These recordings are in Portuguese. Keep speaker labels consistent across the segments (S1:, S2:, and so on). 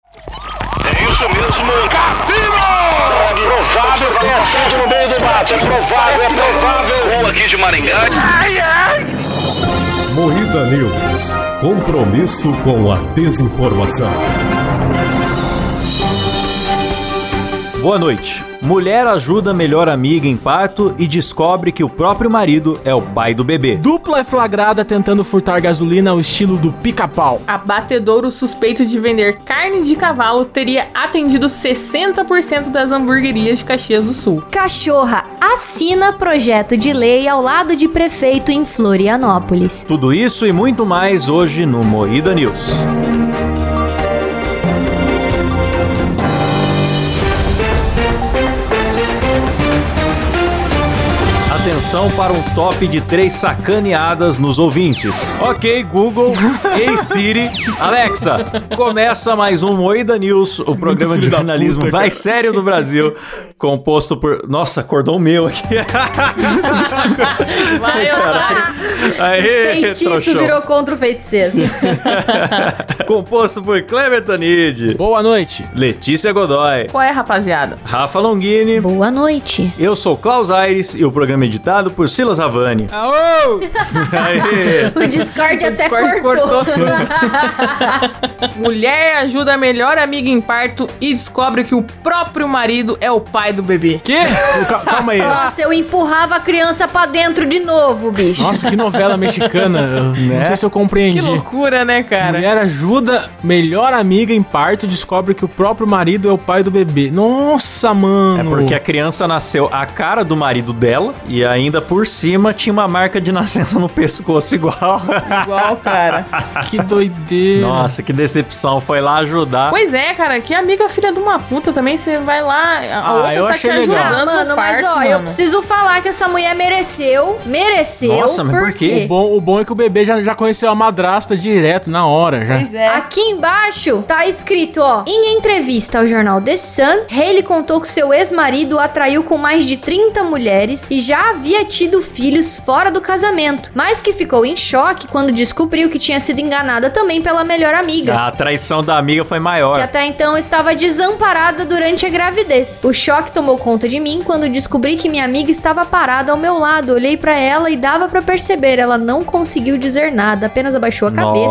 S1: É Isso mesmo. Cassino! É provável que tenha sido no meio do mato. É provável, é provável. Rua aqui de Maringá. Ai, ai.
S2: Moída News. Compromisso com a desinformação.
S3: Boa noite. Mulher ajuda melhor amiga em parto e descobre que o próprio marido é o pai do bebê.
S4: Dupla é flagrada tentando furtar gasolina ao estilo do pica-pau.
S5: Abatedouro suspeito de vender carne de cavalo teria atendido 60% das hamburguerias de Caxias do Sul.
S6: Cachorra assina projeto de lei ao lado de prefeito em Florianópolis.
S3: Tudo isso e muito mais hoje no Moída News. Atenção para um top de três sacaneadas nos ouvintes. Ok, Google, Ei Siri, Alexa, começa mais um Moída News, o programa de
S4: filho da
S3: jornalismo
S4: puta,
S3: mais sério do Brasil, composto por. Nossa, acordou o meu aqui.
S5: Vai, Otário.
S3: Aê,
S6: Feitiço
S3: trouxão.
S6: virou contra o feiticeiro.
S3: Composto por Cleber Tanide,
S4: Boa noite.
S3: Letícia Godoy,
S5: Qual é, rapaziada?
S3: Rafa Longini.
S6: Boa noite.
S3: Eu sou Klaus Aires e o programa é editado por Silas Havani.
S4: Aô!
S3: Aê!
S6: O Discord até
S5: Discord
S6: cortou.
S5: Mulher ajuda a melhor amiga em parto e descobre que o próprio marido é o pai do bebê.
S4: Que? Ca- Calma aí.
S6: Nossa, eu empurrava a criança pra dentro de novo, bicho.
S4: Nossa, que novela mexicana. Eu
S3: Né?
S4: Não sei se eu
S5: Que
S4: compreendi.
S5: loucura, né, cara?
S4: Mulher ajuda melhor amiga em parto e descobre que o próprio marido é o pai do bebê. Nossa,
S3: É
S4: mano.
S3: porque a criança nasceu a cara do marido dela e ainda por cima tinha uma marca de nascença no pescoço igual.
S5: Igual, cara.
S4: Que doideira.
S3: Nossa, que decepção. Foi lá
S4: Ah.
S3: ajudar.
S5: Pois é, cara, que amiga filha de uma puta também, você vai lá, a
S4: Ah, eu
S5: outra tá te
S4: achei legal.
S5: ajudando
S6: Ah, mano,
S5: no parto,
S6: mas ó, eu
S5: mano.
S6: preciso falar que essa mulher mereceu. Mereceu.
S3: Nossa, mas por
S4: O bom, o bom é que o bebê já, já conheceu a madrasta direto, na hora, já.
S5: Pois é.
S6: Aqui embaixo tá escrito, ó, em entrevista ao jornal The Sun, Haley contou que seu ex-marido o atraiu com mais de 30 mulheres e já havia tido filhos fora do casamento, mas que ficou em choque quando descobriu que tinha sido enganada também pela melhor amiga.
S3: A traição da amiga foi
S6: que
S3: maior.
S6: até então estava desamparada durante a gravidez. O choque tomou conta de mim quando descobri que minha amiga estava parada ao meu lado. Olhei pra ela e dava pra perceber, ela não conseguiu dizer nada, apenas abaixou a cabeça. E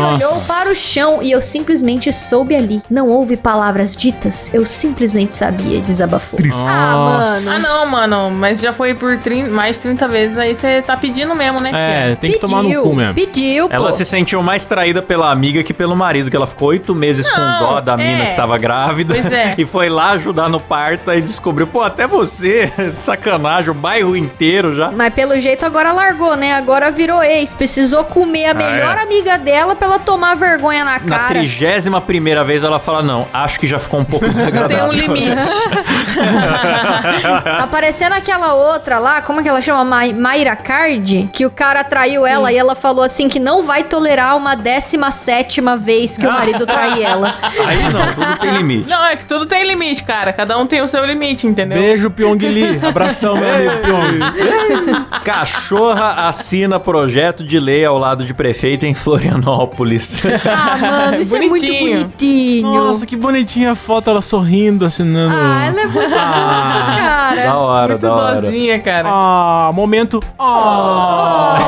S3: Nossa.
S6: olhou para o chão e eu simplesmente soube ali. Não houve palavras ditas, eu simplesmente sabia, desabafou.
S5: Ah,
S4: Nossa.
S5: mano. Ah, não, mano. Mas já foi por 30, mais 30 vezes, aí você tá pedindo mesmo, né, tia?
S4: É, tem que tomar no cu mesmo.
S6: Pediu, pô.
S3: Ela se sentiu mais traída pela amiga que pelo marido, que ela ficou oito meses com
S5: Não,
S3: dó da
S5: é.
S3: mina que tava grávida.
S5: Pois é.
S3: E foi lá ajudar no parto e descobriu, pô, até você, sacanagem, o bairro inteiro já.
S6: Mas pelo jeito agora largou, né? Agora virou ex. Precisou comer
S4: Ah,
S6: a melhor
S3: é.
S6: amiga dela pra ela tomar vergonha na
S3: Na
S6: cara.
S3: trigésima primeira vez ela fala, não, acho que já ficou um pouco
S4: É,
S5: Tem
S3: desagradável.
S5: um limite.
S6: Tá parecendo aquela outra lá, como é que ela chama? Ma Mayra Card? Que o cara traiu ela e ela falou assim que não vai tolerar uma 17 vez
S4: Ah.
S6: que o marido trai ela.
S3: Aí não, tudo tem limite.
S5: Não, é que tudo tem limite, cara. Cada um tem o seu limite, entendeu?
S4: Beijo, Pyong Lee. Abração, meu amigo Pyong.
S3: Cachorra assina projeto de lei ao lado de prefeito em Florianópolis.
S6: Ah, mano, isso é muito
S5: Bonitinho.
S6: bonitinho.
S4: Nossa, que bonitinha a foto, ela sorrindo, assinando.
S6: Ah, ela é muito fofa, cara.
S3: da hora,
S5: Muito
S3: da hora.
S5: boazinha, cara.
S4: Ah, momento.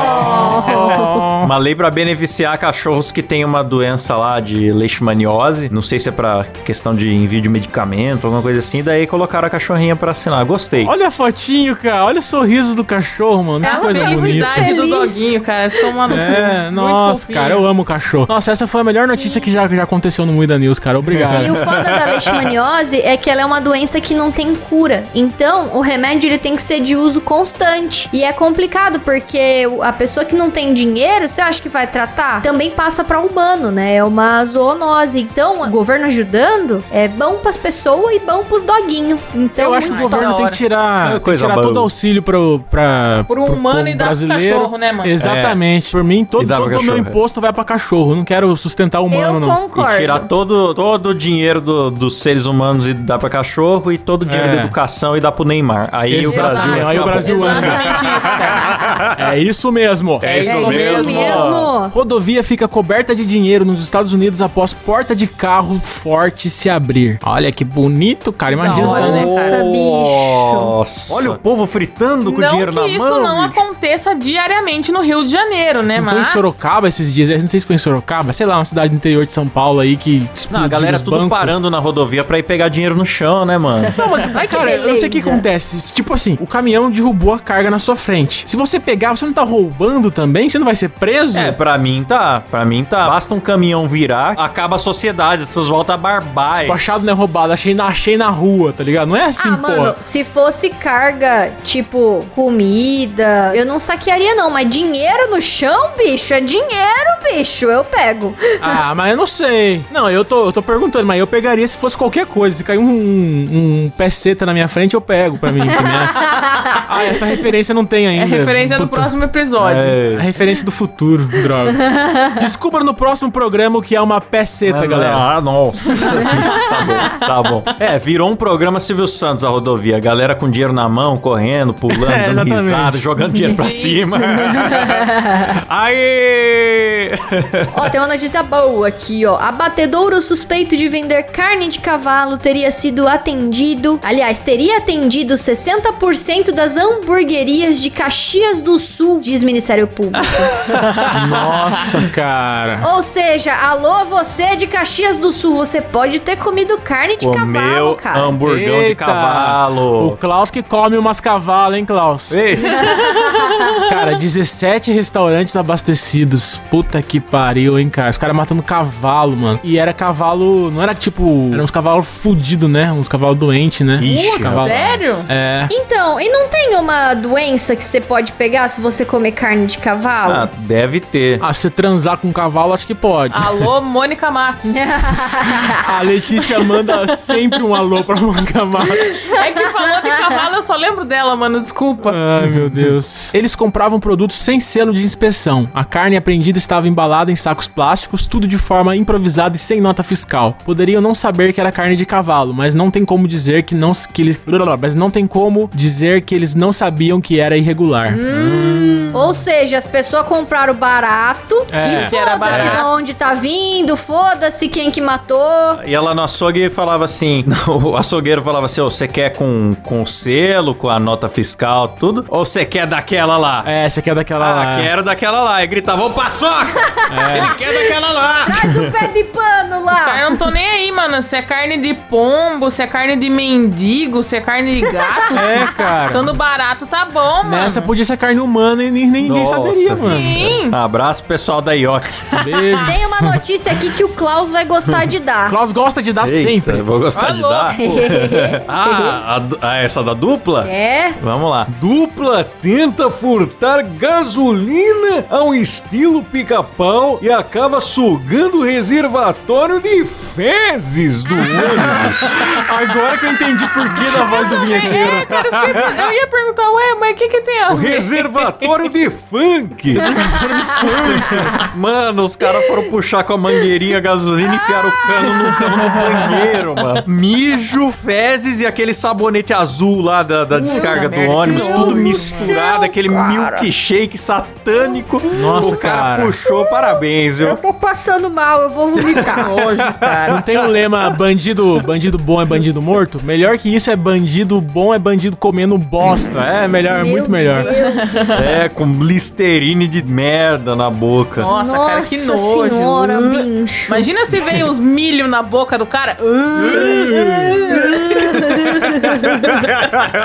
S4: Ah.
S3: Uma lei pra beneficiar cachorros que têm uma doença lá de leishmaniose. Não sei se é pra questão de envio de medicamento, alguma coisa assim. Daí colocaram a cachorrinha pra assinar. Gostei.
S4: Olha a fotinho, cara. Olha o sorriso do cachorro, mano. Que
S5: Ela
S4: coisa
S5: felicidade
S4: bonita.
S5: do
S6: Feliz.
S5: doguinho, cara. Toma no cu.
S4: É,
S5: Muito
S4: nossa,
S5: fofinho.
S4: cara, eu amo cachorro. Nossa, essa foi a melhor notícia que já, que já aconteceu no Muida News, cara.
S6: E o
S4: Obrigado.
S6: foda da leishmaniose é que ela é uma doença que não tem cura. Então, o remédio ele tem que ser de uso constante. E é complicado porque o- a pessoa que não tem dinheiro, você acha que vai tratar? Também passa pra humano, né? É uma zoonose. Então, o governo ajudando é bom pras pessoas e bom pros doguinhos. Então,
S4: Eu acho que o
S6: muito
S4: governo
S5: da
S4: tem
S5: hora.
S4: que tirar,
S3: É
S4: tem que
S3: coisa
S4: tirar
S3: boa.
S4: todo o auxílio pro, pra,
S5: Pro um humano
S4: povo
S5: e dá pro cachorro, né, mano?
S4: Exatamente. Por mim, todo
S3: E dá pra
S4: todo o meu
S3: cachorro. é.
S4: imposto vai pra cachorro. Eu Não quero sustentar o humano,
S6: Eu
S4: não.
S6: concordo.
S3: E tirar todo, todo o dinheiro do- dos seres humanos e dar pra cachorro, e todo o dinheiro
S4: É.
S3: da educação e dar pro Neymar. Aí
S4: Exato.
S3: o Brasil
S5: Exato.
S3: ia
S4: Aí o
S3: ficar
S4: Brasil anda.
S5: Exatamente isso, cara.
S4: É isso mesmo.
S7: É isso
S6: É isso
S7: mesmo.
S6: mesmo.
S4: Rodovia fica coberta de dinheiro nos Estados Unidos após porta de carro forte se abrir. Olha que bonito, cara. Imagina
S5: Da hora,
S4: né?
S5: né?
S6: Nossa, bicho.
S3: Nossa.
S8: Olha o povo fritando com
S5: Não
S8: dinheiro na
S5: que isso
S8: mão.
S5: não aconteça diariamente no Rio de Janeiro, né?
S4: Não
S5: Mas.
S4: foi em Sorocaba esses dias, não sei se foi em Sorocaba, sei lá, uma cidade do interior de São Paulo aí que
S3: Não, a
S4: explodiu
S3: galera
S4: os
S3: tudo
S4: bancos.
S3: parando na rodovia pra ir pegar dinheiro no chão, né, mano?
S4: Não, mas,
S6: Olha que
S4: cara, eu não sei o que
S6: beleza.
S4: acontece. Tipo assim, o caminhão derrubou a carga na sua frente. Se você pegar, você não tá roubando também? Você não vai ser preso?
S3: É, pra mim tá. Pra mim tá. Basta um caminhão virar, acaba a sociedade, as pessoas voltam a barbar.
S4: Tipo, achado não é roubado, achei na, achei na rua, tá ligado? Não é assim,
S6: ah,
S4: pô.
S6: mano, se fosse carga, tipo, comida, eu não saquearia, não. Mas dinheiro no chão, bicho, é dinheiro, bicho, eu pego.
S4: Ah, mas eu não sei. Não, eu tô, eu tô perguntando, mas eu pegaria se fosse qualquer coisa. Se cair um, um, um peceta na minha frente, eu pego pra mim. pra minha- ah, essa referência não tem
S5: É
S4: ainda.
S5: referência do
S4: Puta.
S5: próximo episódio.
S3: É.
S4: A referência do futuro, droga. Descubra no próximo programa o que é uma peceta,
S3: Ah,
S4: galera.
S3: Ah, nossa. tá bom, tá bom. É, virou um programa Silvio Santos a rodovia. A galera com dinheiro na mão, correndo, pulando,
S4: É,
S3: dando
S4: exatamente.
S3: risada, jogando dinheiro pra cima. Aê!
S6: Ó, tem uma notícia boa aqui, ó. Abatedouro suspeito de vender carne de cavalo teria sido atendido. Aliás, teria atendido 60% das hamburguerias de Caxias do Sul, diz Ministério Público.
S4: Nossa, cara.
S6: Ou seja, alô, você de Caxias do Sul, você pode ter comido carne de cavalo,
S3: Comeu
S6: cara.
S3: hamburgão de
S4: Eita! O
S3: cavalo.
S4: Klaus que come umas cavalas, hein, Klaus?
S3: Ei,
S4: Cara, 17 restaurantes abastecidos. Puta que pariu, hein, cara. Os caras matando cavalo, mano. E era cavalo. Não era tipo. Era uns cavalos fudidos, né? Uns cavalos doentes, né?
S3: Ixi,
S4: cavalo.
S5: Sério?
S4: É.
S6: Então, e não tem uma doença que você pode pegar se você comer carne de
S3: ah,
S6: cavalo?
S3: deve ter.
S4: Ah, se transar com um cavalo, acho que pode.
S5: Alô, Mônica Matos.
S4: A Letícia manda sempre um alô pra Manga Matos.
S5: É que falando em cavalo, eu só lembro dela, mano. Desculpa.
S4: Ai, meu Deus. Eles compravam produtos sem selo de inspeção. A carne apreendida estava embalada em sacos plásticos, tudo de forma improvisada e sem nota fiscal. Poderiam não saber que era carne de cavalo, mas não tem como dizer que não que eles, mas não tem como dizer que eles não sabiam que era irregular.
S6: Ou seja, as pessoas compraram barato
S4: É.
S6: e
S5: Que era
S6: foda-se
S5: barato.
S6: de onde tá vindo, foda-se quem que matou.
S3: E ela no açougue falava assim: o açougueiro falava assim, "Ô, você quer com, com selo, com a nota fiscal, tudo? Ou você quer daquela lá?
S4: É, essa aqui é daquela
S3: Ah,
S4: lá.
S3: quero daquela lá. E gritava, ô paçoca! Ele quer daquela lá!
S6: Traz o pé de pano
S5: Os caras
S6: lá.
S5: não tô nem aí, mano. Se é carne de pombo, se é carne de mendigo, se é carne de gato.
S4: É, cara.
S5: Tando barato tá bom, mano.
S4: Nessa podia ser carne humana e nem- nem- ninguém
S3: Nossa,
S4: saberia,
S3: sim.
S4: mano.
S5: Sim.
S3: Abraço, pessoal da IOC.
S4: Beijo.
S6: Tem uma notícia aqui que o Klaus vai gostar de dar.
S4: Klaus gosta de dar sempre.
S3: eu vou gostar de
S5: Alô.
S3: dar. Ah, a du- ah, essa da dupla?
S6: É?
S3: Vamos lá.
S8: Dupla tenta furtar gasolina
S3: um
S8: ao estilo pica-pau e acaba sugando o reservatório de fezes do ônibus.
S4: Agora que eu entendi por que da voz do vinheteiro.
S5: É, cara, eu, fiquei- eu ia perguntar, ué, mas o que que tem a
S8: O
S5: ver?
S8: reservatório de funk.
S3: Mano, os caras foram puxar com a mangueirinha a gasolina e enfiaram o cano no cano no banheiro, mano. Mijo, fezes e aquele sabonete azul lá da, da descarga do
S5: merda,
S3: ônibus,
S5: que
S3: tudo
S5: nojo,
S3: misturado, aquele milkshake satânico.
S4: Nossa,
S3: o cara,
S4: cara.
S3: puxou, parabéns, viu?
S6: tô passando mal, eu vou vomitar.
S5: Nojo,
S4: Não
S5: cara.
S4: tem o lema bandido, bandido bom é bandido morto? Melhor que isso é bandido bom é bandido comendo bosta. É melhor, é muito melhor.
S3: É, com blisterine de merda na boca.
S5: Nossa, cara, que
S6: Nossa
S5: nojo.
S6: senhora,
S5: Uh.
S6: bicho.
S5: Imagina se veio os milho na boca do cara. Ah,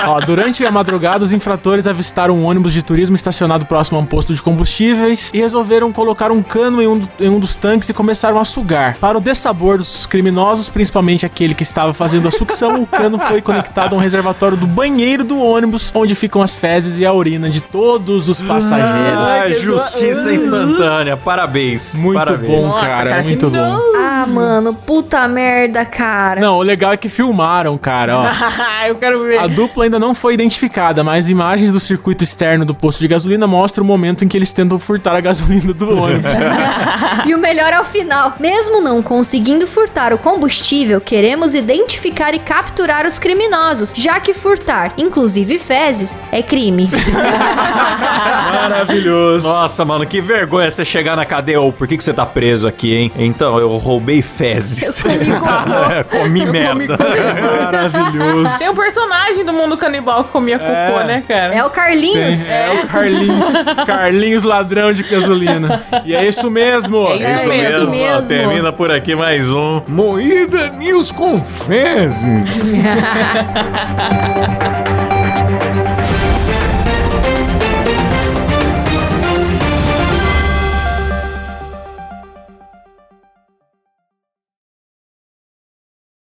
S4: Ó, durante a madrugada, os infratores avistaram um ônibus de turismo estacionado próximo a um posto de combustíveis e resolveram colocar um cano em um, do- em um dos tanques e começaram a sugar. Para o dessabor dos criminosos, principalmente aquele que estava fazendo a sucção, o cano foi conectado a um reservatório do banheiro do ônibus, onde ficam as fezes e a urina de todos os passageiros.
S3: Ai, É, justiça instantânea. Parabéns.
S4: Muito
S3: parabéns.
S4: bom,
S5: Nossa,
S4: cara,
S5: cara, que
S4: muito bom.
S6: Ah, mano, puta merda,
S5: Né?
S6: cara.
S4: Não, o legal é que filmaram, cara, ó.
S5: eu quero ver.
S4: A dupla ainda não foi identificada, mas imagens do circuito externo do posto de gasolina mostram o momento em que eles tentam furtar a gasolina do ônibus.
S6: E o melhor é o final. Mesmo não conseguindo furtar o combustível, queremos identificar e capturar os criminosos, já que furtar, inclusive fezes é crime.
S4: Maravilhoso.
S3: Nossa, mano, que vergonha você chegar na cadeia. Ou por que, que você tá preso aqui, hein? Então, eu roubei fezes.
S6: Eu comi cocô.
S3: É, comi
S5: Eu comi
S3: merda.
S5: cocô.
S4: Maravilhoso.
S5: Tem um personagem do mundo canibal que comia cocô, né, cara?
S6: É o Carlinhos.
S4: É o Carlinhos. Carlinhos ladrão de gasolina. E é isso mesmo.
S5: É isso
S3: É
S5: mesmo.
S3: ó,
S6: mesmo.
S3: Termina por aqui mais um.
S8: Moída News com fezes.